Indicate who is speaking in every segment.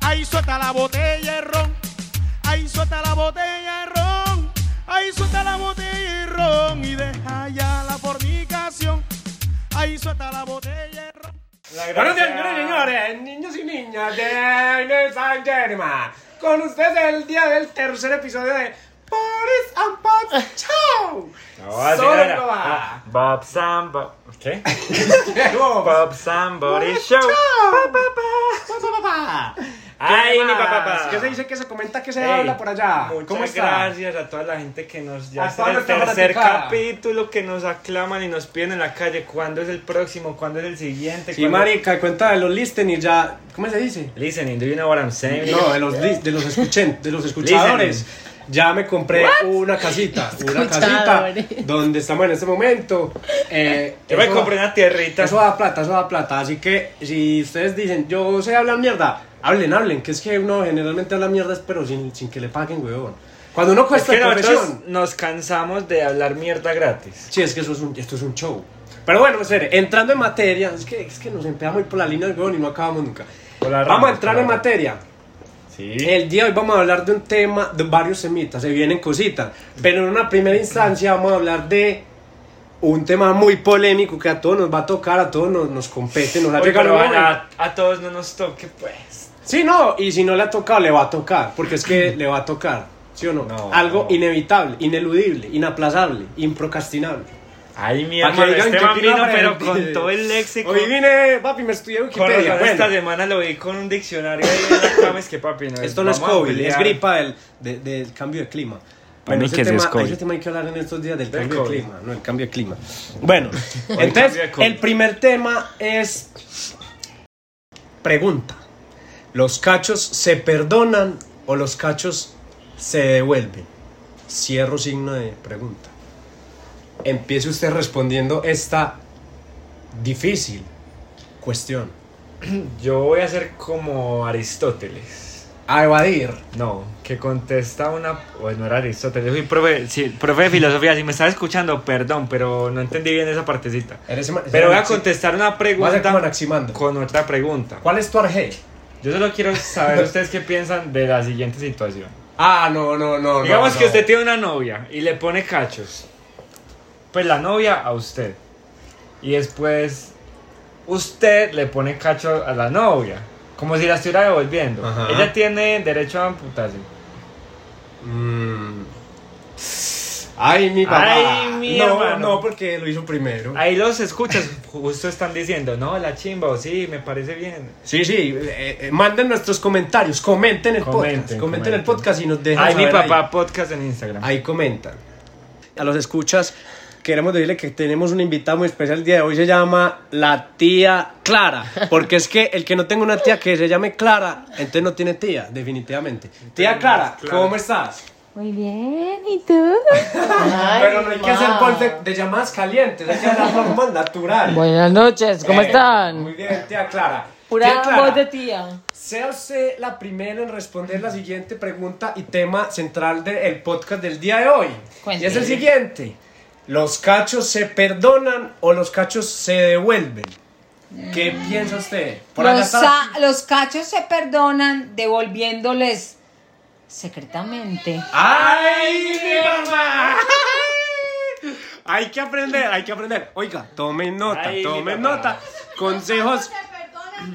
Speaker 1: Ahí suelta la botella de ron. Ahí suelta la botella de ron. Ahí suelta la botella de ron. Y deja ya la fornicación. Ahí suelta la botella de ron.
Speaker 2: Buenos días, señores y señores, niños y niñas de San Germán. Con ustedes el día del tercer episodio de Paris and Pops Chao.
Speaker 3: Ahora sí,
Speaker 2: Solo
Speaker 3: ahora.
Speaker 2: va.
Speaker 3: Ah, Bob Samba. ¿Qué?
Speaker 2: ¡Qué bobo!
Speaker 3: Bob Somebody Show.
Speaker 2: Chao.
Speaker 3: Pa, pa, pa.
Speaker 2: Pa, pa, pa, pa.
Speaker 3: Ay,
Speaker 2: ¿Qué
Speaker 3: mi
Speaker 2: más?
Speaker 3: papá, pa.
Speaker 2: ¿Qué se dice, qué se comenta, qué se
Speaker 3: Ey,
Speaker 2: habla por allá?
Speaker 3: Muchas
Speaker 2: ¿Cómo está?
Speaker 3: gracias a toda la gente que nos
Speaker 2: A
Speaker 3: ya está
Speaker 2: toda
Speaker 3: en el
Speaker 2: nuestra
Speaker 3: tercer
Speaker 2: fanaticada.
Speaker 3: capítulo que nos aclaman y nos piden en la calle cuándo es el próximo, cuándo es el siguiente.
Speaker 2: Sí,
Speaker 3: cuándo-
Speaker 2: marica, cuenta de los listening ya. ¿Cómo se dice?
Speaker 3: Listening, do you know what I'm saying?
Speaker 2: No, de los, lis- de los, escuchen- de los escuchadores. Ya me compré una casita, una casita
Speaker 4: Escuchadores.
Speaker 2: donde estamos en este momento. Eh,
Speaker 3: Yo me
Speaker 2: eso-
Speaker 3: compré una tierrita.
Speaker 2: Eso da plata, eso da plata. Así que si ustedes dicen, yo sé hablar mierda, hablen, hablen. Que es que uno generalmente habla mierdas, pero sin, sin que le paguen, weón. Cuando uno
Speaker 3: Es
Speaker 2: cuesta
Speaker 3: que
Speaker 2: de
Speaker 3: nosotros
Speaker 2: profesión.
Speaker 3: nos cansamos de hablar mierda gratis.
Speaker 2: Sí, es que eso es un, esto es un show. Pero bueno, en serio, entrando en materia, es que, es que nos empezamos a ir por la línea del weón y no acabamos nunca.
Speaker 3: Por la
Speaker 2: Vamos
Speaker 3: rama,
Speaker 2: a entrar
Speaker 3: por
Speaker 2: en
Speaker 3: la-
Speaker 2: materia.
Speaker 3: Sí.
Speaker 2: El día de hoy vamos a hablar de un tema, de varios semitas, se vienen cositas, pero en una primera instancia vamos a hablar de un tema muy polémico que a todos nos va a tocar, a todos nos, nos compete, nos va a
Speaker 3: Oye,
Speaker 2: llegar
Speaker 3: pero
Speaker 2: un momento.
Speaker 3: ojalá a todos no nos toque, pues.
Speaker 2: Sí, no, y si no le ha tocado, le va a tocar, porque es que le va a tocar, ¿sí o no?
Speaker 3: No,
Speaker 2: Algo
Speaker 3: no.
Speaker 2: inevitable, ineludible, inaplazable, improcrastinable.
Speaker 3: Ay, mi
Speaker 2: Pa' que
Speaker 3: hermano,
Speaker 2: digan
Speaker 3: este
Speaker 2: que
Speaker 3: man
Speaker 2: aquí no
Speaker 3: vino, pero
Speaker 2: aprendí.
Speaker 3: con todo el léxico.
Speaker 2: Hoy vine, papi, me estudié
Speaker 3: Con
Speaker 2: Wikipedia.
Speaker 3: razón,
Speaker 2: bueno.
Speaker 3: esta semana lo vi con un diccionario ahí en la cama, es que papi, no,
Speaker 2: Esto no es
Speaker 3: Pues vamos a
Speaker 2: COVID, es
Speaker 3: pelear.
Speaker 2: gripa del, de- del cambio de clima.
Speaker 3: mí
Speaker 2: ese
Speaker 3: que sí
Speaker 2: tema,
Speaker 3: es COVID.
Speaker 2: ese tema hay que hablar en estos días del,
Speaker 3: Del
Speaker 2: cambio de
Speaker 3: COVID.
Speaker 2: clima, no el cambio de clima. Bueno, entonces,
Speaker 3: cambio de COVID.
Speaker 2: el primer tema es... Pregunta. ¿Los cachos se perdonan o los cachos se devuelven? Cierro signo de pregunta. Empiece usted respondiendo esta difícil cuestión.
Speaker 3: Yo voy a ser como Aristóteles.
Speaker 2: A evadir.
Speaker 3: No, que contesta una. Bueno, era Aristóteles. Uy, profe, sí, profe de filosofía, si me estás escuchando, perdón, pero no entendí bien esa partecita.
Speaker 2: Eres-
Speaker 3: Pero voy a
Speaker 2: eres-
Speaker 3: contestar una
Speaker 2: Va a ser como
Speaker 3: pregunta
Speaker 2: Anaximandro.
Speaker 3: con otra pregunta.
Speaker 2: ¿Cuál es tu arjé?
Speaker 3: Yo solo quiero saber ustedes qué piensan de la siguiente situación.
Speaker 2: Ah, no, no, no.
Speaker 3: Digamos
Speaker 2: no,
Speaker 3: que
Speaker 2: no.
Speaker 3: usted tiene una novia y le pone cachos. Pues la novia a usted. Y después usted le pone cachos a la novia. Como si la estuviera devolviendo.
Speaker 2: Ajá.
Speaker 3: Ella tiene derecho a amputarse.
Speaker 2: Mm. Ay, mi papá.
Speaker 3: Ay, mi
Speaker 2: no,
Speaker 3: hermano.
Speaker 2: no, porque lo hizo primero.
Speaker 3: Ahí los escuchas, justo están diciendo, no, la chimba, o sí, me parece bien.
Speaker 2: Sí, sí. eh, eh, manden nuestros comentarios. Comenten el
Speaker 3: Comenten,
Speaker 2: podcast. Comenten,
Speaker 3: comenten.
Speaker 2: el podcast y nos dejan.
Speaker 3: Ay, mi
Speaker 2: saber ahí.
Speaker 3: papá podcast en Instagram.
Speaker 2: Ahí comentan. A los escuchas, queremos decirle que tenemos un invitado muy especial el día de hoy. Se llama la tía Clara. Porque es que el que no tenga una tía que se llame Clara, entonces no tiene tía, definitivamente. Tía Clara,
Speaker 3: Clara.
Speaker 2: ¿cómo estás?
Speaker 5: Muy bien, ¿y tú?
Speaker 2: Pero no hay que hacer por de, de llamadas calientes, hay que hablar normal, natural.
Speaker 4: Buenas noches, ¿cómo
Speaker 2: Eh,
Speaker 4: están?
Speaker 2: Muy bien, tía Clara.
Speaker 4: Pura
Speaker 2: tía Clara,
Speaker 4: voz de tía.
Speaker 2: sea usted la primera en responder la siguiente pregunta y tema central del podcast del día de hoy.
Speaker 4: Cuente.
Speaker 2: Y es el siguiente. ¿Los cachos se perdonan o los cachos se devuelven? ¿Qué
Speaker 4: Mm.
Speaker 2: piensa usted? Por allá
Speaker 4: Los,
Speaker 2: está-
Speaker 4: sa- los cachos se perdonan devolviéndoles secretamente.
Speaker 2: ¡Ay, mi mamá! Hay que aprender, hay que aprender. Oiga, tomen nota,
Speaker 3: Ay, mi
Speaker 2: tomen
Speaker 3: papá.
Speaker 2: nota. Consejos. Ay,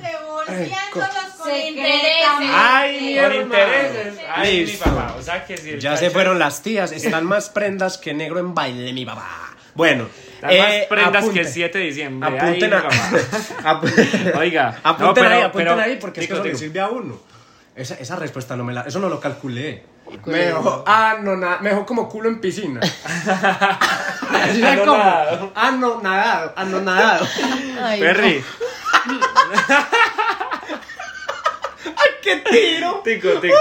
Speaker 2: mi
Speaker 3: Con
Speaker 2: hermano.
Speaker 3: intereses. Ay,
Speaker 2: Listo.
Speaker 3: mi papá. O sea que si el
Speaker 2: Ya se
Speaker 3: cacho-
Speaker 2: fueron las tías, están más prendas que negro en baile de mi papá. Bueno,
Speaker 3: Las más
Speaker 2: eh,
Speaker 3: prendas que
Speaker 2: apunten.
Speaker 3: el 7 de diciembre. Ay,
Speaker 2: Apunten
Speaker 3: mi
Speaker 2: a- apu-
Speaker 3: Oiga, no,
Speaker 2: apunten
Speaker 3: pero-
Speaker 2: ahí, apunten
Speaker 3: pero-
Speaker 2: ahí porque es que
Speaker 3: digo,
Speaker 2: eso le
Speaker 3: digo.
Speaker 2: sirve a uno. Esa, esa respuesta no me la, eso no lo calculé. Me dejó, ah, no, nada, me dejó como culo en piscina. Así era como,
Speaker 3: Anonadado.
Speaker 2: Ah, no, nadado, ah, no, nadado.
Speaker 4: Ay,
Speaker 3: Perry.
Speaker 2: ¡Ay, qué tiro!
Speaker 3: Tico, tico.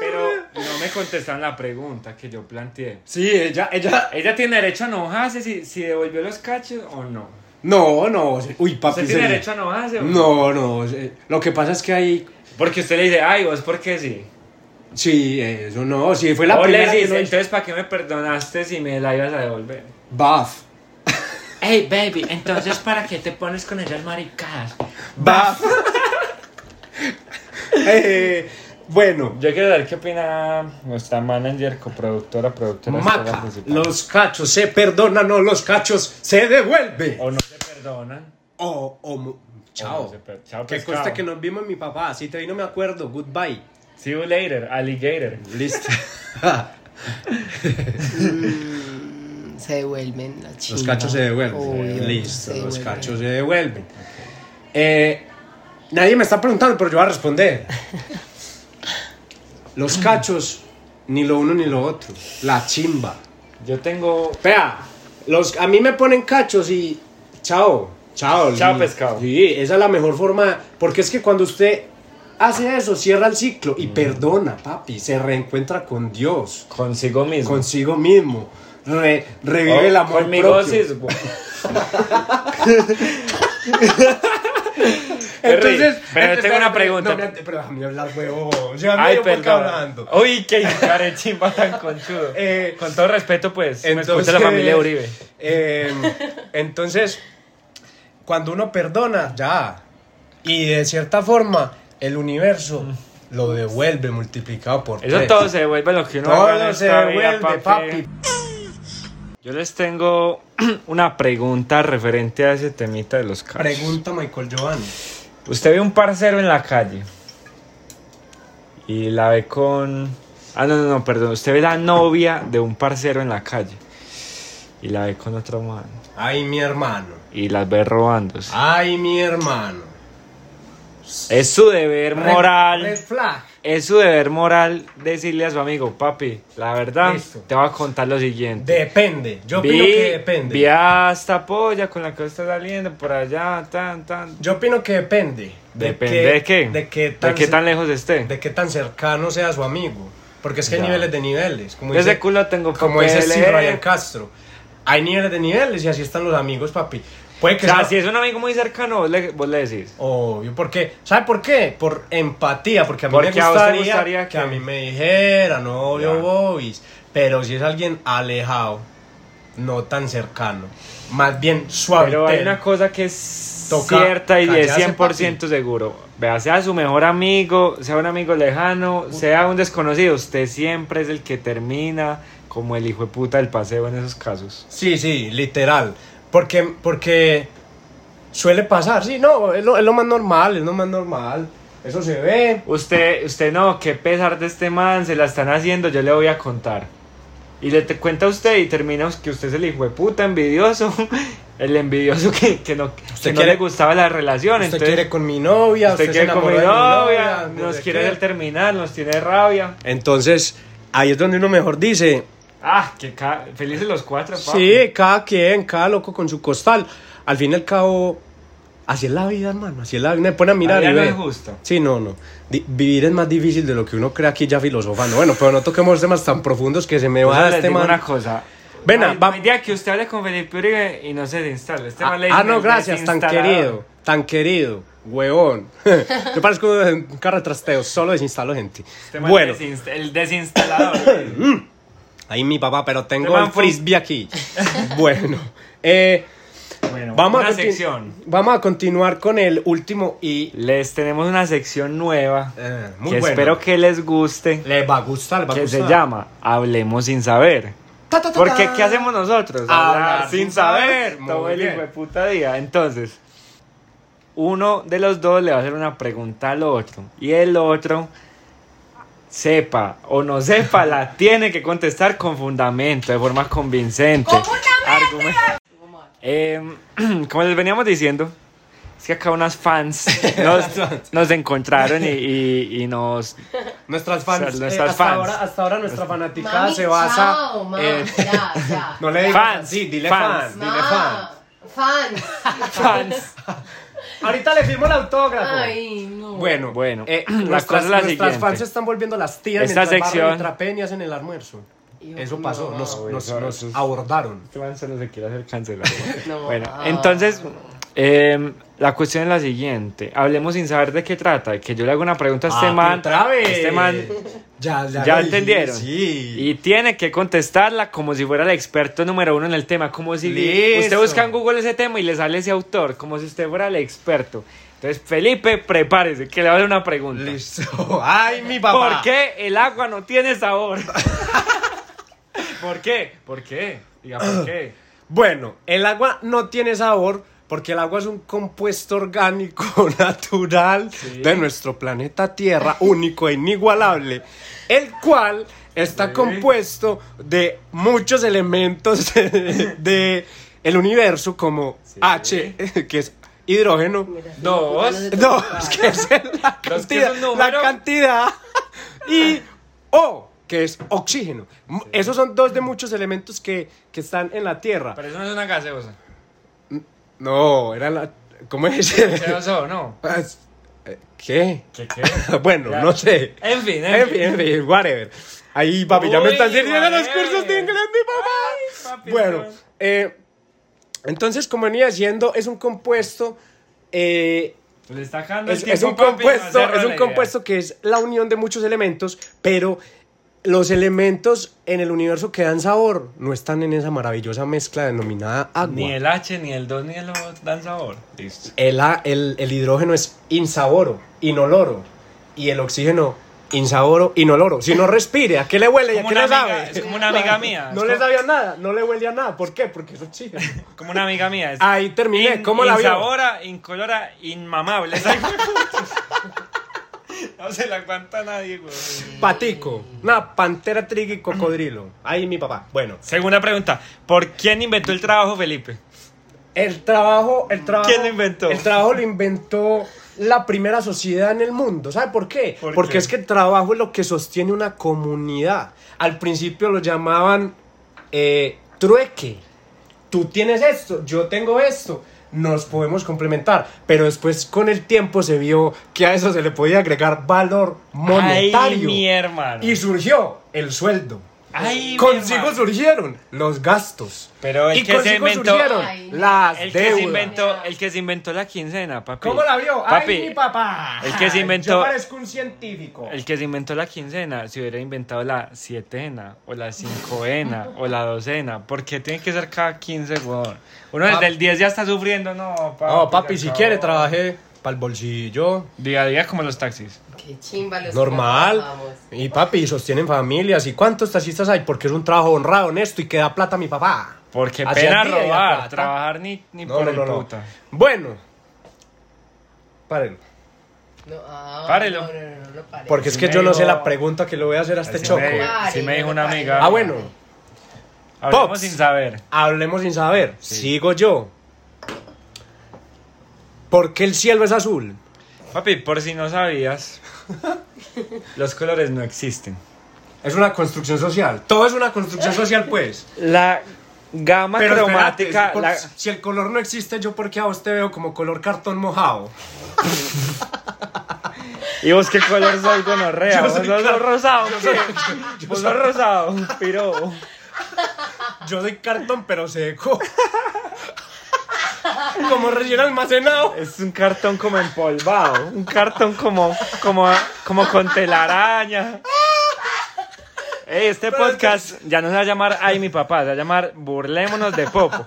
Speaker 3: Pero no me contestaron la pregunta que yo planteé.
Speaker 2: Sí, ella, ella,
Speaker 3: ¿Ella tiene derecho a enojarse si, si devolvió los cachos o no?
Speaker 2: no, no, uy, papi.
Speaker 3: ¿Usted tiene
Speaker 2: se-
Speaker 3: derecho a enojarse o
Speaker 2: No, no, se- lo que pasa es que ahí
Speaker 3: Porque usted le dice, ay, vos, ¿por qué sí?
Speaker 2: Sí, eso no, sí, fue la
Speaker 3: o le
Speaker 2: primera que
Speaker 3: dice,
Speaker 2: lo hizo.
Speaker 3: entonces, ¿para qué me perdonaste si me la ibas a devolver?
Speaker 2: Buff.
Speaker 3: Hey, baby, entonces, ¿para qué te pones con esas maricadas?
Speaker 2: Buff. Eh, bueno,
Speaker 3: Yo quiero saber qué opina nuestra manager, coproductora, productora. esposa
Speaker 2: Maca,
Speaker 3: principal.
Speaker 2: los cachos se perdonan o los cachos se devuelven.
Speaker 3: O no se perdonan.
Speaker 2: O, o mu-
Speaker 3: O
Speaker 2: chao.
Speaker 3: se per- chao,
Speaker 2: Que
Speaker 3: pescado.
Speaker 2: conste que nos vimos mi papá. Si te vi no me acuerdo. Goodbye.
Speaker 3: See you later, alligator.
Speaker 2: Listo.
Speaker 6: Se devuelven las chicas.
Speaker 2: los cachos se devuelven. Eh,
Speaker 6: Obvio,
Speaker 2: Listo,
Speaker 6: se
Speaker 2: los
Speaker 6: devuelven.
Speaker 2: cachos se devuelven. Eh, nadie me está preguntando, pero yo voy a responder. Los cachos, ni lo uno ni lo otro. La chimba.
Speaker 3: Yo tengo.
Speaker 2: Vea, los, a mí me ponen cachos y chao, chao.
Speaker 3: Chao,
Speaker 2: Y-
Speaker 3: pescado.
Speaker 2: Sí, esa es la mejor forma, porque es que cuando usted hace eso, cierra el ciclo y perdona, papi, se reencuentra con Dios,
Speaker 3: Consigo mismo. Oh,
Speaker 2: consigo mismo, re- revive el amor
Speaker 3: Conmigo
Speaker 2: propio.
Speaker 3: sí, güey.
Speaker 2: Entonces,
Speaker 3: pero
Speaker 2: entonces,
Speaker 3: tengo una
Speaker 2: pero-
Speaker 3: pregunta.
Speaker 2: no, espérate, pero déjame hablar, huevón. Ya me
Speaker 3: Ay,
Speaker 2: dio por acá
Speaker 3: perdón. Oh,
Speaker 2: hablando.
Speaker 3: Uy, qué carechimba tan conchudo.
Speaker 2: Eh,
Speaker 3: Con todo respeto, pues. me escucha la familia Uribe.
Speaker 2: eh, entonces, cuando uno perdona, ya. Y de cierta forma, el universo lo devuelve multiplicado por
Speaker 3: Mm. Eso
Speaker 2: tres.
Speaker 3: todo se devuelve lo que uno
Speaker 2: eh, Todo
Speaker 3: haga en
Speaker 2: se
Speaker 3: esta
Speaker 2: devuelve, papi.
Speaker 3: Yo les tengo una pregunta referente a ese temita de los carros.
Speaker 2: Pregunta Michael Giovanni.
Speaker 3: Usted ve un parcero en la calle y la ve con. Ah, no, no, no, perdón. Usted ve la novia de un parcero en la calle y la ve con otra mano
Speaker 2: Ay, mi hermano.
Speaker 3: y las ve robándose.
Speaker 2: Ay, mi hermano.
Speaker 3: Es su deber moral.
Speaker 2: Red flag.
Speaker 3: Es su deber moral decirle a su amigo, papi, la verdad,
Speaker 2: Listo.
Speaker 3: te voy a contar lo siguiente.
Speaker 2: Depende. Yo
Speaker 3: Vi-
Speaker 2: opino que depende.
Speaker 3: Vi a esta polla con la que está saliendo por allá, tan, tan.
Speaker 2: Yo opino que depende.
Speaker 3: Depende de, qué.
Speaker 2: De qué tan,
Speaker 3: de qué tan lejos esté.
Speaker 2: de qué tan cercano sea su amigo. Porque es que hay
Speaker 3: Ya.
Speaker 2: niveles de niveles. Como
Speaker 3: Desde
Speaker 2: dice-
Speaker 3: culo tengo
Speaker 2: Como dice
Speaker 3: papeles.
Speaker 2: Steve Ryan Castro. Hay niveles de niveles y así están los amigos, papi. Puede
Speaker 3: O
Speaker 2: que
Speaker 3: sea,
Speaker 2: sea-
Speaker 3: si es un amigo muy cercano, vos le, vos le decís.
Speaker 2: Obvio, porque, ¿sabe por qué? Por empatía, porque a mí
Speaker 3: Porque
Speaker 2: me
Speaker 3: a vos te
Speaker 2: gustaría,
Speaker 3: gustaría que-
Speaker 2: que... a mí me dijera, no,
Speaker 3: Ya.
Speaker 2: yo Bobis, pero si es alguien alejado, no tan cercano, más bien suave.
Speaker 3: Pero hay una cosa que es
Speaker 2: Toca
Speaker 3: cierta y es
Speaker 2: callarse,
Speaker 3: 100% seguro. Vea, sea su mejor amigo, sea un amigo lejano, sea un desconocido, usted siempre es el que termina como el hijo de puta del paseo en esos casos.
Speaker 2: Sí, sí, literal, porque, porque suele pasar, sí, no, es lo, es lo más normal, es lo más normal, eso se ve.
Speaker 3: Usted, usted no, qué pesar de este man, se la están haciendo, yo le voy a contar. Y le te cuenta a usted y termina que usted es el hijo de puta envidioso, el envidioso que, que no,
Speaker 2: Usted
Speaker 3: que no
Speaker 2: quiere-
Speaker 3: le gustaba la relación.
Speaker 2: Usted
Speaker 3: entonces,
Speaker 2: quiere con mi novia, usted,
Speaker 3: usted
Speaker 2: se
Speaker 3: quiere con
Speaker 2: enamoró
Speaker 3: mi
Speaker 2: de mi
Speaker 3: novia,
Speaker 2: no
Speaker 3: nos
Speaker 2: sé
Speaker 3: quiere
Speaker 2: qué.
Speaker 3: hacer terminar, nos tiene rabia.
Speaker 2: Entonces, ahí es donde uno mejor dice,
Speaker 3: Ah, que ca- felices los cuatro, papi.
Speaker 2: Sí, cada quien, cada loco con su costal. Al fin y al cabo, así es la vida, hermano. Así es la vida. Me pone a mirar
Speaker 3: La
Speaker 2: y
Speaker 3: vida no
Speaker 2: ve.
Speaker 3: es justa.
Speaker 2: Sí, no, no. Di- vivir es más difícil de lo que uno cree aquí ya filosofando. Bueno, pero no toquemos temas tan profundos que se me va
Speaker 3: Entonces
Speaker 2: a
Speaker 3: les
Speaker 2: este
Speaker 3: digo
Speaker 2: man.
Speaker 3: una cosa.
Speaker 2: Ven,
Speaker 3: Hay-
Speaker 2: va-
Speaker 3: hay día que usted hable con Felipe Uribe y no se desinstala. Este man
Speaker 2: Ah,
Speaker 3: le
Speaker 2: ah,
Speaker 3: dicen
Speaker 2: no,
Speaker 3: el
Speaker 2: gracias, tan
Speaker 3: desinstalador.
Speaker 2: querido, tan querido, huevón. Yo parezco un carro de trasteo, solo desinstalo gente.
Speaker 3: Este man
Speaker 2: bueno,
Speaker 3: desinst- el desinstalador.
Speaker 2: ahí mi papá, pero tengo
Speaker 3: Este man
Speaker 2: el
Speaker 3: fue-
Speaker 2: frisbee aquí. bueno, eh,
Speaker 3: bueno,
Speaker 2: vamos,
Speaker 3: una
Speaker 2: a continu-
Speaker 3: sección.
Speaker 2: vamos a continuar con el último y
Speaker 3: Les tenemos una sección nueva
Speaker 2: Eh, muy
Speaker 3: que
Speaker 2: bueno.
Speaker 3: espero que les guste.
Speaker 2: Les va a gustar, les va a
Speaker 3: Que
Speaker 2: gustar.
Speaker 3: se llama Hablemos sin saber.
Speaker 2: Ta, ta, ta,
Speaker 3: Porque
Speaker 2: ta.
Speaker 3: ¿qué hacemos nosotros?
Speaker 2: Hablar sin saber.
Speaker 3: Todo
Speaker 2: Muy
Speaker 3: el
Speaker 2: bien.
Speaker 3: hijo de puta día. Entonces, uno de los dos le va a hacer una pregunta al otro. Y el otro, sepa o no sepa, la tiene que contestar con fundamento, de forma convincente.
Speaker 4: ¡Con fundamento!
Speaker 3: Argumen- Eh, como les veníamos diciendo, es que acá unas fans nos, nos encontraron y- y- y nos
Speaker 2: Nuestras fans.
Speaker 3: O sea,
Speaker 2: eh,
Speaker 3: nuestras
Speaker 2: hasta,
Speaker 3: fans.
Speaker 2: Ahora, hasta ahora nuestra fanaticada
Speaker 6: Mami,
Speaker 2: se basa.
Speaker 6: chao, ma,
Speaker 2: eh,
Speaker 6: ya, ya.
Speaker 2: no le digas
Speaker 3: Fans,
Speaker 2: fan, sí, dile
Speaker 3: fans.
Speaker 2: fan,
Speaker 6: Ma,
Speaker 2: dile fan.
Speaker 6: fans.
Speaker 3: fans.
Speaker 2: Ahorita le firmo el autógrafo.
Speaker 6: Ay, no.
Speaker 2: Bueno,
Speaker 3: Bueno,
Speaker 2: eh,
Speaker 3: la cosa
Speaker 2: nuestras,
Speaker 3: es la
Speaker 2: nuestras
Speaker 3: siguiente.
Speaker 2: fans se están volviendo las tías
Speaker 3: Esta
Speaker 2: mientras barren
Speaker 3: sección-
Speaker 2: y trapean y hacen el almuerzo.
Speaker 6: Hijo,
Speaker 2: Eso pasó,
Speaker 6: no.
Speaker 2: nos, nos-
Speaker 3: eso-
Speaker 2: nos
Speaker 3: eso es-
Speaker 2: abordaron.
Speaker 3: Este man solo se quiere hacer cancelar.
Speaker 6: No.
Speaker 3: bueno, entonces, em, la cuestión es la siguiente. Hablemos sin saber de qué trata. Que yo le hago una pregunta a este
Speaker 2: Ah,
Speaker 3: man.
Speaker 2: otra vez.
Speaker 3: Este man.
Speaker 2: Ya, ya,
Speaker 3: ¿Ya
Speaker 2: lo
Speaker 3: entendieron?
Speaker 2: Sí.
Speaker 3: Y tiene que contestarla como si fuera el experto número uno en el tema. Como si
Speaker 2: Listo.
Speaker 3: usted busca en Google ese tema y le sale ese autor. Como si usted fuera el experto. Entonces Entonces, Felipe, prepárese, que le va a hacer una pregunta.
Speaker 2: Listo. Ay, mi papá.
Speaker 3: ¿Por qué el agua no tiene sabor? ¿Por qué? ¿Por qué? Diga, ¿por qué?
Speaker 2: Bueno, el agua no tiene sabor porque el agua es un compuesto orgánico natural de nuestro planeta Tierra, único e inigualable, el cual está
Speaker 3: Sí.
Speaker 2: compuesto de muchos elementos de, de el universo como H, que es hidrógeno,
Speaker 3: Dos.
Speaker 2: dos, que es la
Speaker 3: Los que
Speaker 2: cantidad,
Speaker 3: son número.
Speaker 2: la cantidad, y O, que es oxígeno. M- Esos son dos de muchos elementos que, que están en la Tierra.
Speaker 3: Pero eso no es una gaseosa.
Speaker 2: No, era la. ¿Cómo es?
Speaker 3: Gaseoso, ¿no?
Speaker 2: Ah, es- eh, ¿Qué?
Speaker 3: ¿Qué qué?
Speaker 2: Bueno,
Speaker 3: Ya.
Speaker 2: no sé.
Speaker 3: En fin, en
Speaker 2: En fin, en fin, whatever. Ahí, papi, ya me
Speaker 3: Uy,
Speaker 2: están sirviendo los
Speaker 3: whatever.
Speaker 2: cursos de inglés, mi papá.
Speaker 3: papi,
Speaker 2: bueno,
Speaker 3: perdón.
Speaker 2: eh, entonces, como venía diciendo, es un compuesto. eh,
Speaker 3: Le está dejando el
Speaker 2: es,
Speaker 3: tiempo,
Speaker 2: es un
Speaker 3: papi,
Speaker 2: compuesto,
Speaker 3: para hacer
Speaker 2: es
Speaker 3: la
Speaker 2: un
Speaker 3: idea.
Speaker 2: compuesto que es la unión de muchos elementos, pero los elementos en el universo que dan sabor no están en esa maravillosa mezcla denominada agua.
Speaker 3: Ni el H, ni el 2, ni el O dan sabor. Listo.
Speaker 2: El, a- el- el hidrógeno es insaboro, inoloro. Y el oxígeno, insaboro, inoloro. Si no respire, ¿a qué le huele? ¿Y a
Speaker 3: Como
Speaker 2: qué
Speaker 3: una
Speaker 2: le
Speaker 3: amiga-
Speaker 2: sabe?
Speaker 3: es como una amiga mía.
Speaker 2: No
Speaker 3: Es
Speaker 2: le
Speaker 3: como-
Speaker 2: sabía nada, no le huele a nada. ¿Por qué? Porque es oxígeno.
Speaker 3: Como una amiga mía. es
Speaker 2: Ahí terminé,
Speaker 3: in-
Speaker 2: ¿cómo la vio?
Speaker 3: Insabora, incolora, inmamable. Esa hija de puta. no se la aguanta nadie, güey.
Speaker 2: Patico, una pantera, trigo y cocodrilo. Ahí mi papá. Bueno,
Speaker 3: Segunda pregunta. ¿Por quién inventó el trabajo, Felipe?
Speaker 2: el trabajo, el trabajo.
Speaker 3: ¿Quién lo inventó?
Speaker 2: El trabajo lo inventó la primera sociedad en el mundo. ¿Sabe por qué?
Speaker 3: ¿Por
Speaker 2: Porque
Speaker 3: qué?
Speaker 2: es que el trabajo es lo que sostiene una comunidad. Al principio lo llamaban eh, trueque. Tú tienes esto, yo tengo esto. Nos podemos complementar. Pero después, con el tiempo, se vio que a eso se le podía agregar valor
Speaker 3: Ay,
Speaker 2: monetario.
Speaker 3: mi hermano.
Speaker 2: y surgió el sueldo.
Speaker 3: Ay, mi
Speaker 2: consigo
Speaker 3: hermano.
Speaker 2: surgieron los gastos.
Speaker 3: Pero el
Speaker 2: y
Speaker 3: que se
Speaker 2: consigo
Speaker 3: inventó-
Speaker 2: surgieron
Speaker 6: Ay, no.
Speaker 2: las
Speaker 3: El que,
Speaker 2: deudas.
Speaker 3: se inventó, el que se inventó la quincena, papi.
Speaker 2: ¿Cómo la vio?
Speaker 3: Papi,
Speaker 2: ¡Ay, mi papá!
Speaker 3: el que se inventó-
Speaker 2: Yo parezco un científico.
Speaker 3: El que se inventó la quincena, si hubiera inventado la sietena, o la cincoena, o la docena, porque tiene que ser cada 15, weón. Uno desde
Speaker 2: Papi.
Speaker 3: el 10 ya está sufriendo, no, papi.
Speaker 2: No, papi,
Speaker 3: se
Speaker 2: si
Speaker 3: acabó.
Speaker 2: quiere trabajé para el bolsillo.
Speaker 3: Día a día como los taxis.
Speaker 6: Qué chimba los
Speaker 2: Normal.
Speaker 6: trabajamos.
Speaker 2: Y papi, sostienen familias. ¿Y cuántos taxistas hay? Porque es un trabajo honrado, honesto y que da plata a mi papá.
Speaker 3: Porque
Speaker 2: Hacia
Speaker 3: pena
Speaker 2: el día y la
Speaker 3: robar,
Speaker 2: plata.
Speaker 3: trabajar ni, ni
Speaker 2: No,
Speaker 3: por
Speaker 2: no,
Speaker 3: el
Speaker 2: no, no.
Speaker 3: puta.
Speaker 2: Bueno. Párenlo.
Speaker 6: No, ah,
Speaker 3: Párelo.
Speaker 6: No, no, no, no, no párelo.
Speaker 2: Porque es
Speaker 3: Si
Speaker 2: que
Speaker 3: me
Speaker 2: yo no sé
Speaker 3: dijo-
Speaker 2: la pregunta que le voy a hacer a este
Speaker 3: Si
Speaker 2: choco.
Speaker 3: me-
Speaker 6: Pare,
Speaker 3: si me dijo
Speaker 6: no
Speaker 3: una
Speaker 6: pare.
Speaker 3: amiga.
Speaker 2: Ah, bueno.
Speaker 3: Hablamos
Speaker 2: Pops.
Speaker 3: sin saber.
Speaker 2: Hablemos sin saber. Sigo yo. ¿Por qué el cielo es azul?
Speaker 3: Papi, por si no sabías, los colores no existen.
Speaker 2: Es una construcción social. Todo es una construcción social, pues.
Speaker 3: La gama
Speaker 2: Pero
Speaker 3: cromática...
Speaker 2: espérate, por-
Speaker 3: la-
Speaker 2: si el color no existe, yo porque a vos te veo como color cartón mojado.
Speaker 3: ¿Y vos qué color soy gonorrea? Vos sos rosado, ¿qué? Vos sos rosado, piro.
Speaker 2: Yo soy cartón, pero seco. como recién almacenado.
Speaker 3: Es un cartón como empolvado, un cartón como, como, como con telaraña. Ey, este podcast ya no se va a llamar Ay mi papá, se va a llamar Burlémonos de Popo.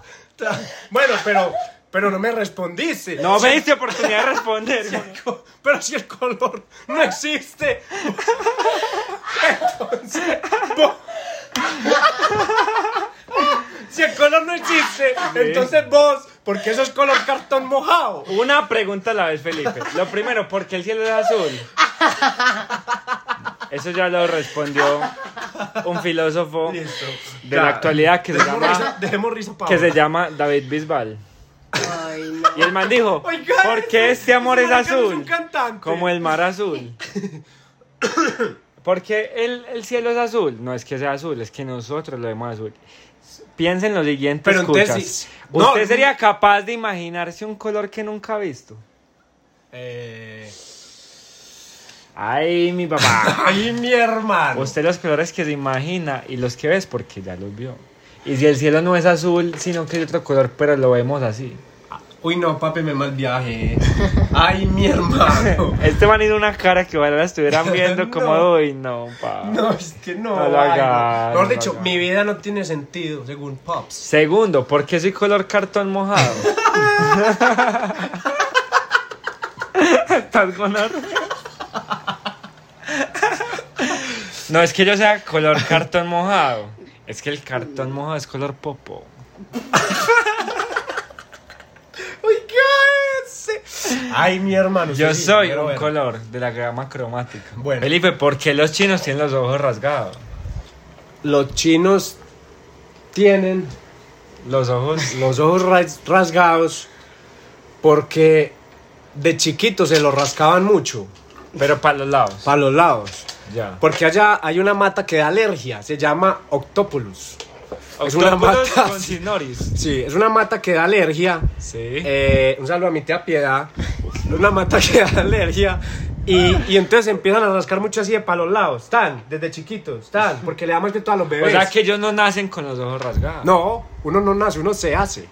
Speaker 2: Bueno, pero, pero no me respondiste.
Speaker 3: No
Speaker 2: Si
Speaker 3: me
Speaker 2: el
Speaker 3: diste oportunidad de responder. güey.
Speaker 2: co- Pero si el color no existe. Entonces, vos- si el color no existe, entonces vos, porque eso es color cartón mojado.
Speaker 3: Una pregunta a la vez, Felipe. Lo primero, ¿por qué el cielo es azul? Eso ya lo respondió un filósofo
Speaker 2: Listo.
Speaker 3: de la actualidad que se
Speaker 2: Dejemos risa,
Speaker 3: llama,
Speaker 2: dejemos risa para
Speaker 3: que se
Speaker 2: ahora.
Speaker 3: llama David Bisbal.
Speaker 6: Ay, no.
Speaker 3: Y el man dijo,
Speaker 2: Oiga,
Speaker 3: ¿por qué
Speaker 2: Oh ese-
Speaker 3: este amor
Speaker 2: ese
Speaker 3: es
Speaker 2: maricano es un
Speaker 3: azul?
Speaker 2: cantante.
Speaker 3: Como el mar azul. ¿Por qué el, el cielo es azul? No es que sea azul, es que nosotros lo vemos azul. Piensen lo siguiente,
Speaker 2: Pero entonces,
Speaker 3: escuchas.
Speaker 2: sí.
Speaker 3: ¿Usted
Speaker 2: No,
Speaker 3: sería capaz de imaginarse un color que nunca ha visto?
Speaker 2: Eh,
Speaker 3: Ay, mi papá.
Speaker 2: ay, mi hermano.
Speaker 3: Usted los colores que se imagina y los que ves porque ya los vio. Y si el cielo no es azul, sino que es otro color, pero lo vemos así.
Speaker 2: Uy, no, papi, me mal viaje. Ay, mi hermano.
Speaker 3: Este man hizo una cara que ojalá la estuvieran viendo como,
Speaker 2: No.
Speaker 3: uy, no, papá.
Speaker 2: No, es que no.
Speaker 3: No lo
Speaker 2: ay,
Speaker 3: hagas,
Speaker 2: Mejor
Speaker 3: no lo
Speaker 2: dicho,
Speaker 3: hagas.
Speaker 2: mi vida no tiene sentido, según Pops.
Speaker 3: Segundo, ¿por qué soy color cartón mojado? Estás gonorrea. No es que yo sea color cartón mojado. Es que el cartón mojado es color popo.
Speaker 2: Uy, ¿qué hace? Ay, mi hermano.
Speaker 3: Yo
Speaker 2: Pues sí,
Speaker 3: soy
Speaker 2: pero
Speaker 3: un
Speaker 2: bueno.
Speaker 3: color de la gama cromática.
Speaker 2: Bueno.
Speaker 3: Felipe, ¿por qué los chinos tienen los ojos rasgados?
Speaker 2: Los chinos tienen
Speaker 3: Los ojos.
Speaker 2: los ojos ras- rasgados porque de chiquitos se los rascaban mucho
Speaker 3: Pero para los lados.
Speaker 2: para los lados.
Speaker 3: Ya.
Speaker 2: Porque allá hay una mata que da alergia, se llama octopulus. es una
Speaker 3: Octópodos
Speaker 2: mata.
Speaker 3: con sinoris.
Speaker 2: Sí, es una mata que da alergia.
Speaker 3: Sí.
Speaker 2: Eh, un saludo a mi tía Piedad. Una mata que da alergia. Y, y entonces empiezan a rascar mucho así de para los lados. Están, desde chiquitos, están. Porque le da más que todo a los
Speaker 3: o
Speaker 2: bebés.
Speaker 3: sea que ellos no nacen con los ojos rasgados.
Speaker 2: No, uno no nace, uno se hace.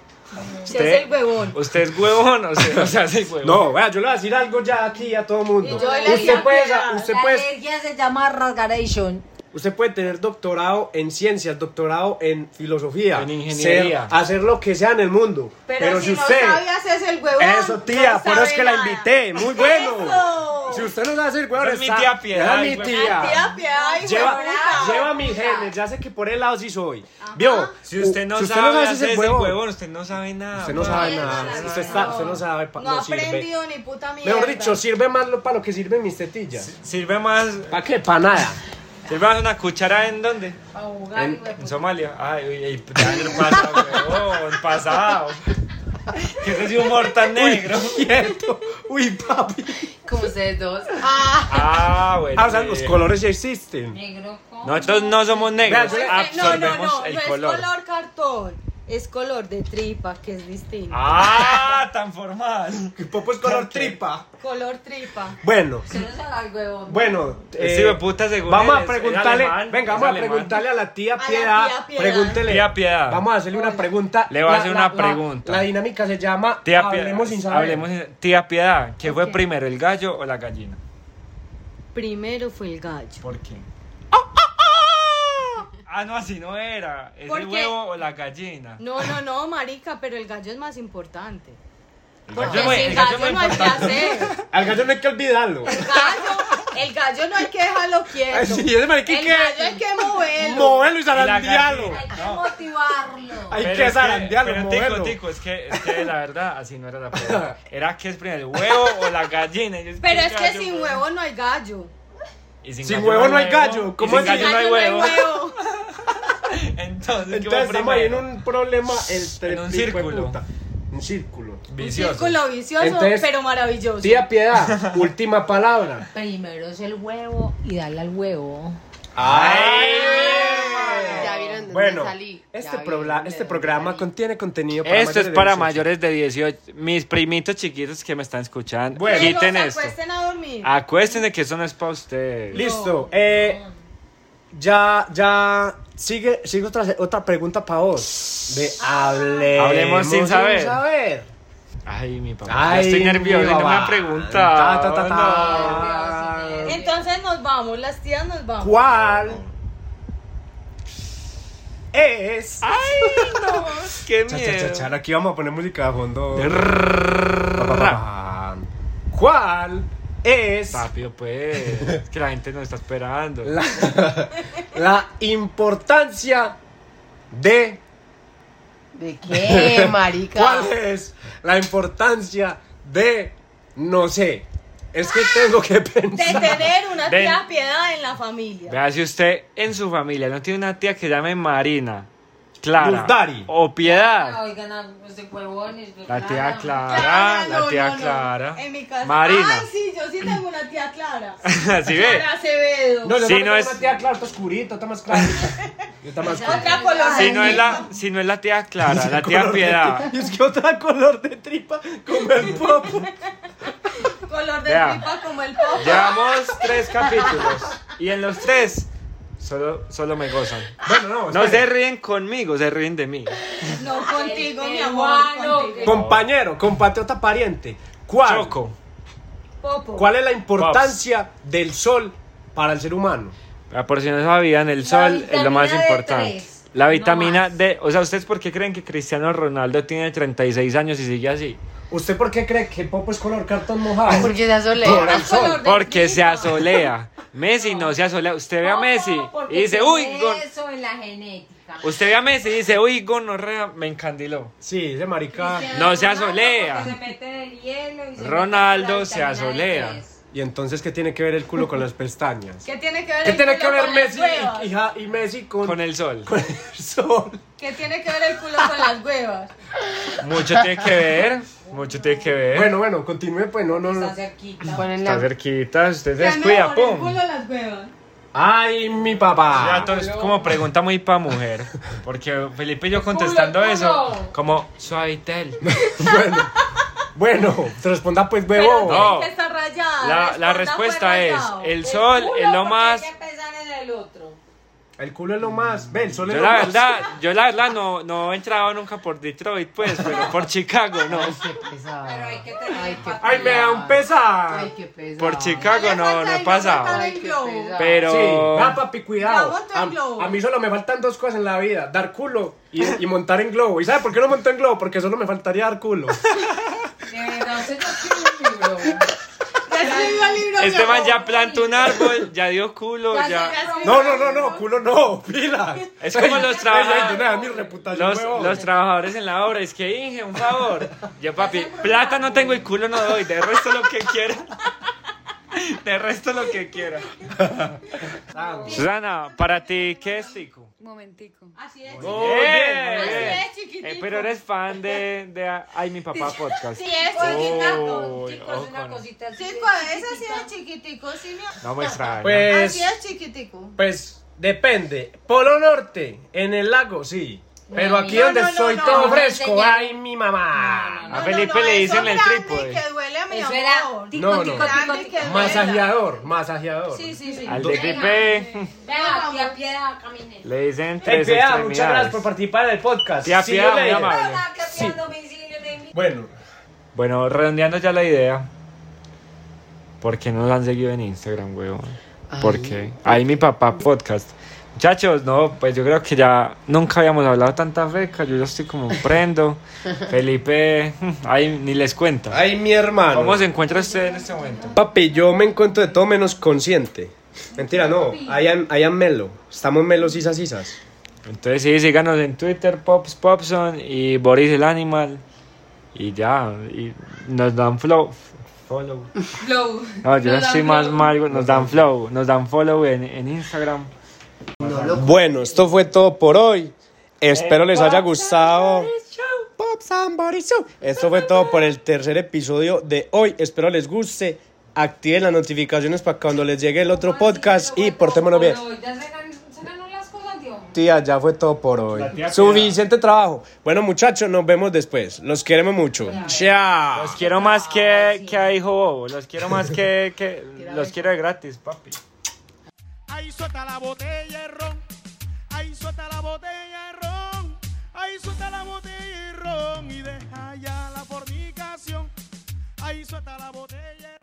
Speaker 7: Se hace el huevón.
Speaker 3: Usted es huevón o se, o se hace el huevón.
Speaker 2: No, vea, yo le voy a decir algo ya aquí a todo el mundo.
Speaker 7: Y yo le
Speaker 2: Usted
Speaker 7: digo,
Speaker 2: puede,
Speaker 7: mira,
Speaker 2: usted,
Speaker 7: la
Speaker 2: puede,
Speaker 7: alergia se llama rasgaration.
Speaker 2: usted puede tener doctorado en ciencias, doctorado en filosofía,
Speaker 3: En ingeniería.
Speaker 2: ser- hacer lo que sea en el mundo. Pero, si, usted.
Speaker 7: no sabías es el huevón.
Speaker 2: eso, tía,
Speaker 7: no
Speaker 2: por eso es
Speaker 7: sabe
Speaker 2: que la
Speaker 7: nada.
Speaker 2: invité. Muy bueno.
Speaker 7: Eso.
Speaker 2: Si usted no sabe hacer, weón,
Speaker 3: No es mi
Speaker 2: está-
Speaker 3: tía Piedad,
Speaker 2: es mi
Speaker 3: güey.
Speaker 2: tía.
Speaker 7: Tía, piedad, hijo
Speaker 2: Lleva,
Speaker 7: de puta.
Speaker 2: lleva mis genes, ya sé que por el lado sí soy. Vio,
Speaker 3: Si usted no
Speaker 2: si
Speaker 3: sabe
Speaker 2: hacer
Speaker 3: hacer ese
Speaker 2: huevón,
Speaker 3: huevón, usted no sabe nada.
Speaker 2: usted no
Speaker 3: weón.
Speaker 2: sabe
Speaker 7: no,
Speaker 2: nada.
Speaker 7: no,
Speaker 2: Usted
Speaker 7: no.
Speaker 2: está- usted no sabe, pa-
Speaker 7: No ha
Speaker 2: no sirve.
Speaker 7: aprendido ni puta mierda.
Speaker 2: Mejor dicho, sirve más lo, para lo que sirven mis tetillas.
Speaker 3: Sirve más.
Speaker 2: ¿Para qué? Para nada.
Speaker 3: Sirve más una cuchara en dónde?
Speaker 7: Pa' jugar, pues, hijo de
Speaker 3: En
Speaker 7: puta.
Speaker 3: Somalia. Ay, uy, ay, puta, el pasado, huevón, pasado. Que ese es un humor tan negro.
Speaker 2: Cierto. Uy, papi.
Speaker 6: Como ustedes dos.
Speaker 7: Ah,
Speaker 3: Ah, bueno.
Speaker 2: Ah, o sea, los colores ya existen.
Speaker 4: Negro con-
Speaker 3: Nosotros no somos negros,
Speaker 2: Vea, yo-
Speaker 7: no,
Speaker 3: absorbemos
Speaker 7: no, no,
Speaker 3: el
Speaker 7: no es
Speaker 3: color.
Speaker 7: color cartón. Es color de tripa, que es distinto.
Speaker 3: Ah, tan formal.
Speaker 2: Que popo es color tripa.
Speaker 7: Color tripa.
Speaker 2: Bueno,
Speaker 4: Se lo sabe al huevón.
Speaker 2: bueno. eh,
Speaker 3: Ese hijueputa, según
Speaker 2: Vamos
Speaker 3: él,
Speaker 2: a
Speaker 3: es- es
Speaker 2: preguntarle.
Speaker 3: alemán,
Speaker 2: venga,
Speaker 3: es
Speaker 2: vamos a
Speaker 3: alemán.
Speaker 2: preguntarle a la tía
Speaker 7: la
Speaker 2: Piedad.
Speaker 7: tía Piedad.
Speaker 2: Pregúntele.
Speaker 3: Tía Piedad.
Speaker 2: Vamos a hacerle una pregunta.
Speaker 3: Le voy a
Speaker 2: La-
Speaker 3: hacer
Speaker 2: la-
Speaker 3: una
Speaker 2: la-
Speaker 3: pregunta.
Speaker 2: La, dinámica se llama
Speaker 3: Tía Piedad.
Speaker 2: Hablemos sin saber.
Speaker 3: hablemos sin- Tía Piedad, ¿qué fue primero, el gallo o la gallina?
Speaker 7: Primero fue el gallo.
Speaker 3: ¿Por qué? Ah, no, así no era. ¿Es
Speaker 7: ¿Por
Speaker 3: el
Speaker 7: qué?
Speaker 3: huevo o la gallina?
Speaker 7: No, no, no, marica, pero el gallo es más importante.
Speaker 3: El
Speaker 7: Porque
Speaker 3: gallo no es-
Speaker 7: sin
Speaker 3: el gallo no
Speaker 7: gallo
Speaker 3: es
Speaker 7: no hay que
Speaker 3: importante.
Speaker 7: hacer.
Speaker 2: Al gallo no hay que olvidarlo.
Speaker 7: Gallo, el gallo no hay que dejarlo quieto.
Speaker 2: Ay, sí, ese marica hay
Speaker 7: el
Speaker 2: que-
Speaker 7: gallo hay que moverlo.
Speaker 2: Moverlo y zarandearlo.
Speaker 3: gallina.
Speaker 4: Hay que
Speaker 3: No.
Speaker 4: motivarlo.
Speaker 2: Hay
Speaker 3: Pero
Speaker 2: que
Speaker 3: es
Speaker 2: zarandearlo,
Speaker 3: pero tico,
Speaker 2: moverlo.
Speaker 3: tico, es que, es que la verdad, así no era la pregunta. Era que es primero el huevo o la gallina. Yo,
Speaker 7: Pero
Speaker 3: ¿qué
Speaker 7: es que
Speaker 3: gallo, pues.
Speaker 7: sin
Speaker 3: huevo?
Speaker 7: huevo no hay gallo.
Speaker 3: Y sin,
Speaker 2: Sin
Speaker 3: gallo
Speaker 2: huevo no hay gallo.
Speaker 3: Y
Speaker 2: ¿Cómo
Speaker 3: sin
Speaker 2: es?
Speaker 3: gallo no hay huevo? Entonces, ¿qué fue
Speaker 2: Entonces estamos ahí en
Speaker 3: primero?
Speaker 2: un problema entre
Speaker 3: En un
Speaker 2: hijo de
Speaker 3: círculo.
Speaker 2: puta. Un círculo.
Speaker 7: Un
Speaker 3: Vicioso.
Speaker 7: círculo vicioso,
Speaker 2: Entonces,
Speaker 7: pero maravilloso.
Speaker 2: Tía Piedad, última palabra.
Speaker 4: Primero es el huevo y dale al huevo.
Speaker 6: Ya vieron dónde
Speaker 2: Bueno,
Speaker 6: salí. Ya
Speaker 2: este,
Speaker 6: vieron
Speaker 2: prola-
Speaker 6: dónde
Speaker 2: este
Speaker 6: salí.
Speaker 2: programa contiene contenido para
Speaker 3: Esto es
Speaker 2: de
Speaker 3: para
Speaker 2: 18.
Speaker 3: mayores de 18. Mis primitos chiquitos que me están escuchando,
Speaker 2: Bueno.
Speaker 7: Que los
Speaker 3: quiten Pues, esto. Ah.
Speaker 7: acuesten a dormir.
Speaker 3: Acuéstense que eso no es para ustedes.
Speaker 2: Listo. eh, ya, ya. Sigue, sigue otra, otra pregunta para vos. De hable.
Speaker 3: Hablemos sin saber.
Speaker 2: saber.
Speaker 3: Ay, mi papá.
Speaker 2: Ay,
Speaker 3: ya estoy nervioso
Speaker 2: mi
Speaker 3: y no me
Speaker 2: papá.
Speaker 3: han preguntado.
Speaker 2: Ta, ta, ta, ta.
Speaker 4: Ay, Dios, sí,
Speaker 7: Entonces nos vamos, las tías nos vamos.
Speaker 2: ¿Cuál es?
Speaker 3: No, qué
Speaker 2: Ah, Cha, cha, cha,
Speaker 3: miedo.
Speaker 2: cha, Aquí vamos a poner música de fondo. Pa, pa,
Speaker 3: Rrrrrra.
Speaker 2: pa, pam. ¿Cuál es
Speaker 3: Rápido, pues. Es que la gente nos está esperando.
Speaker 2: la, la importancia de
Speaker 6: ¿De qué, marica?
Speaker 2: ¿Cuál es la importancia de no sé? Es que tengo que
Speaker 7: De
Speaker 2: pensar.
Speaker 7: tener una
Speaker 3: Ven.
Speaker 7: tía piedad en la familia.
Speaker 3: Vea si usted en su familia no tiene una tía que llame Marina, Clara
Speaker 2: Luz Dari.
Speaker 3: o Piedad.
Speaker 4: Oigan, a los huevones.
Speaker 3: La tía
Speaker 7: Clara,
Speaker 3: Clara,
Speaker 7: no,
Speaker 3: la tía
Speaker 7: no, no.
Speaker 3: Clara.
Speaker 7: En mi casa.
Speaker 3: Marina.
Speaker 7: Ay, sí, yo sí tengo una tía Clara.
Speaker 3: Así ve.
Speaker 7: Clara Acevedo.
Speaker 3: Si
Speaker 2: yo solo
Speaker 3: no
Speaker 2: tengo
Speaker 3: es-
Speaker 2: una tía clara, está oscurita, está más clarita. Yo está más
Speaker 7: Otra
Speaker 2: clarita.
Speaker 7: color.
Speaker 3: Si no, es la, si no es la tía Clara, la tía
Speaker 2: Color de
Speaker 3: Piedad.
Speaker 2: tri- Es que otra color de tripa como el popo.
Speaker 7: Color de
Speaker 3: Vea.
Speaker 7: tripa como el pop.
Speaker 3: Llevamos tres capítulos. Y en los tres, solo, solo me gozan.
Speaker 2: Bueno, no,
Speaker 3: No se
Speaker 2: espere.
Speaker 3: ríen conmigo, se ríen de mí.
Speaker 7: No, contigo, mi amor.
Speaker 4: peruano,
Speaker 7: contigo.
Speaker 2: Compañero, compatriota, pariente. ¿Cuál?
Speaker 3: Choco.
Speaker 7: Popo.
Speaker 2: ¿Cuál es la importancia del sol para el ser humano?
Speaker 3: Ah, Por si no sabían, el sol es lo más
Speaker 4: vitamina D
Speaker 3: importante.
Speaker 4: tres,
Speaker 3: La
Speaker 4: no
Speaker 3: vitamina
Speaker 4: más.
Speaker 3: D. O sea, ¿ustedes por qué creen que Cristiano Ronaldo tiene 36 años y sigue así?
Speaker 2: ¿Usted por qué cree que el popo es color cartón mojado?
Speaker 6: Porque se
Speaker 3: Por el
Speaker 6: asolea.
Speaker 3: sol. Porque se asolea. Messi no se asolea. Usted ve a Messi
Speaker 4: porque
Speaker 3: y dice,
Speaker 4: tiene
Speaker 3: uy, gon-".
Speaker 4: Eso en la genética.
Speaker 3: Usted ve a Messi y dice, uy, gonorrea, me encandiló.
Speaker 2: Sí, ese marica.
Speaker 3: No se
Speaker 4: se
Speaker 3: asolea.
Speaker 4: Se mete del hielo y se
Speaker 3: Ronaldo
Speaker 4: mete
Speaker 3: se
Speaker 4: la vitamina
Speaker 3: asolea.
Speaker 4: D3.
Speaker 2: ¿Y entonces qué tiene que ver el culo con las pestañas?
Speaker 7: ¿Qué tiene que ver
Speaker 2: ¿Qué
Speaker 7: el
Speaker 2: tiene
Speaker 7: culo
Speaker 2: que ver
Speaker 7: con las
Speaker 2: Messi
Speaker 7: huevas?
Speaker 2: y, y Ja- y Messi con,
Speaker 3: Con el sol.
Speaker 2: con el sol?
Speaker 7: ¿Qué tiene que ver el culo con las huevas?
Speaker 3: Mucho tiene que ver. Mucho tiene que ver.
Speaker 2: Bueno, bueno, continúe pues, no, no, no.
Speaker 4: Está cerquita.
Speaker 6: Ponen
Speaker 3: Está
Speaker 6: la...
Speaker 3: cerquita, usted se
Speaker 7: Ya no,
Speaker 3: Pues descuida,
Speaker 7: por el
Speaker 3: pum.
Speaker 7: culo las huevas.
Speaker 2: ¡Ay, mi
Speaker 3: Ya,
Speaker 2: papá!
Speaker 3: todo es como pregunta muy pa' mujer. Porque Felipe y yo contestando
Speaker 7: culo.
Speaker 3: eso, como, suavitel.
Speaker 2: bueno, bueno, responda pues, huevo.
Speaker 3: No.
Speaker 7: Tiene que estar rayada,
Speaker 3: La, la
Speaker 7: responda,
Speaker 3: respuesta
Speaker 7: fue
Speaker 3: es,
Speaker 7: rayado.
Speaker 3: el sol es lo más...
Speaker 4: Hay que pensar en el otro.
Speaker 2: El culo es lo más. Ve, el sol es
Speaker 3: Yo
Speaker 2: lo
Speaker 3: la
Speaker 2: más.
Speaker 3: verdad, yo la verdad no, no he entrado nunca por Detroit, pues, pero por Chicago, no.
Speaker 6: Qué pesado.
Speaker 4: Pero hay que tener
Speaker 6: Ay, qué
Speaker 2: ¡Ay, me da un pesar!
Speaker 6: Ay, qué pesado.
Speaker 3: Por Chicago no, no he pasado.
Speaker 6: Ay, qué pesado.
Speaker 3: Pero...
Speaker 2: Sí, va papi, cuidado.
Speaker 7: Ya, monta en globo.
Speaker 2: A, a mí solo me faltan dos cosas en la vida: dar culo y, y montar en globo. ¿Y sabe por qué no monto en globo? Porque solo me faltaría dar culo.
Speaker 4: De verdad, usted Eh, no escribe un libro.
Speaker 7: Ya escribió el libro, mi
Speaker 3: Este man
Speaker 7: amor.
Speaker 3: ya plantó un árbol, ya dio culo,
Speaker 7: Ya se
Speaker 3: ya...
Speaker 7: casó.
Speaker 2: No, no, no, no, culo no, pilas.
Speaker 3: Es como los trabajadores-
Speaker 2: mi reputación,
Speaker 3: Los,
Speaker 2: huevón.
Speaker 3: los trabajadores en la obra, es que Inge, un favor. Yo, papi, plata no tengo, el culo no doy, de resto lo que quiera. De resto lo que quiera. Susana, para ti, ¿qué es Tico?
Speaker 8: Momentico.
Speaker 7: Así es.
Speaker 3: Muy
Speaker 2: bien,
Speaker 3: bien,
Speaker 7: Así
Speaker 3: muy bien.
Speaker 7: es, chiquitico.
Speaker 3: Eh, pero eres fan de, de Ay, mi papá podcast.
Speaker 7: Sí, es
Speaker 3: Oh.
Speaker 7: chiquitico.
Speaker 3: Uy,
Speaker 4: Chicos, es una
Speaker 3: ojo, no.
Speaker 4: cosita así.
Speaker 7: Chico, esa sí es chiquitico, sí, mi amor.
Speaker 3: No muestra.
Speaker 7: Así
Speaker 2: Pues,
Speaker 7: es chiquitico.
Speaker 2: pues, depende. Polo Norte, en el lago, sí. Pero aquí
Speaker 7: no,
Speaker 2: donde
Speaker 7: no,
Speaker 2: estoy
Speaker 7: no,
Speaker 2: todo
Speaker 7: no,
Speaker 2: fresco,
Speaker 7: señor.
Speaker 2: ay, mi mamá.
Speaker 3: A Felipe le dicen el trípode.
Speaker 7: trípode. Que duele, mi
Speaker 4: Eso
Speaker 7: amor.
Speaker 4: era tico,
Speaker 2: No, no.
Speaker 4: tico, tico, tico.
Speaker 7: Grande que duele.
Speaker 2: Masajeador, masajeador.
Speaker 7: Sí, sí, sí.
Speaker 3: Al de Pipe
Speaker 4: Vea, tía Piedad, camine.
Speaker 3: le dicen
Speaker 2: Hey,
Speaker 3: tres
Speaker 2: Piedad, muchas gracias por
Speaker 3: extremidades.
Speaker 2: participar en el podcast.
Speaker 3: Tía
Speaker 2: See you
Speaker 3: Piedad, muy
Speaker 2: later.
Speaker 3: amable.
Speaker 4: Hola, que fui al domicilio de mi-
Speaker 2: Bueno,
Speaker 3: Bueno, redondeando ya la idea. ¿Por qué no la han seguido en Instagram, huevón? ¿Por qué? Ahí mi papá podcast. Muchachos, no, pues yo creo que ya nunca habíamos hablado tanta feca. Yo ya estoy como prendo. Felipe, ahí ni les cuenta.
Speaker 2: ay, mi hermano.
Speaker 3: ¿Cómo se encuentra usted en este momento?
Speaker 2: Papi, yo me encuentro de todo menos consciente. Mentira, no. I am, I am melo. Estamos melos sisas sisas.
Speaker 3: Entonces sí, síganos en Twitter, Pops Popson y Boris el Animal. Y ya, y nos dan flow. Follow.
Speaker 8: Blow.
Speaker 3: No, Ah, yo no estoy más mal, güey, nos dan flow, nos dan follow en, en Instagram.
Speaker 2: Bueno, esto fue todo por hoy. Espero les haya gustado. Pop Somebody Show. Esto fue todo por el tercer episodio de hoy. Espero les guste. Activen las notificaciones para cuando les llegue el otro podcast y portémonos bien.
Speaker 4: Pero ya se gan- se ganó las cosas, tío.
Speaker 2: Tía, ya fue todo por hoy. Suficiente trabajo. Bueno, muchachos, nos vemos después. Los queremos mucho. Chao.
Speaker 3: Los quiero más que, que a hijo bobo, los quiero más que, que los quiero de gratis, papi.
Speaker 1: Ahí suelta la botella de ron. Ahí suelta la botella de ron. Ahí suelta la botella de ron. Y deja ya la fornicación. Ahí suelta la botella de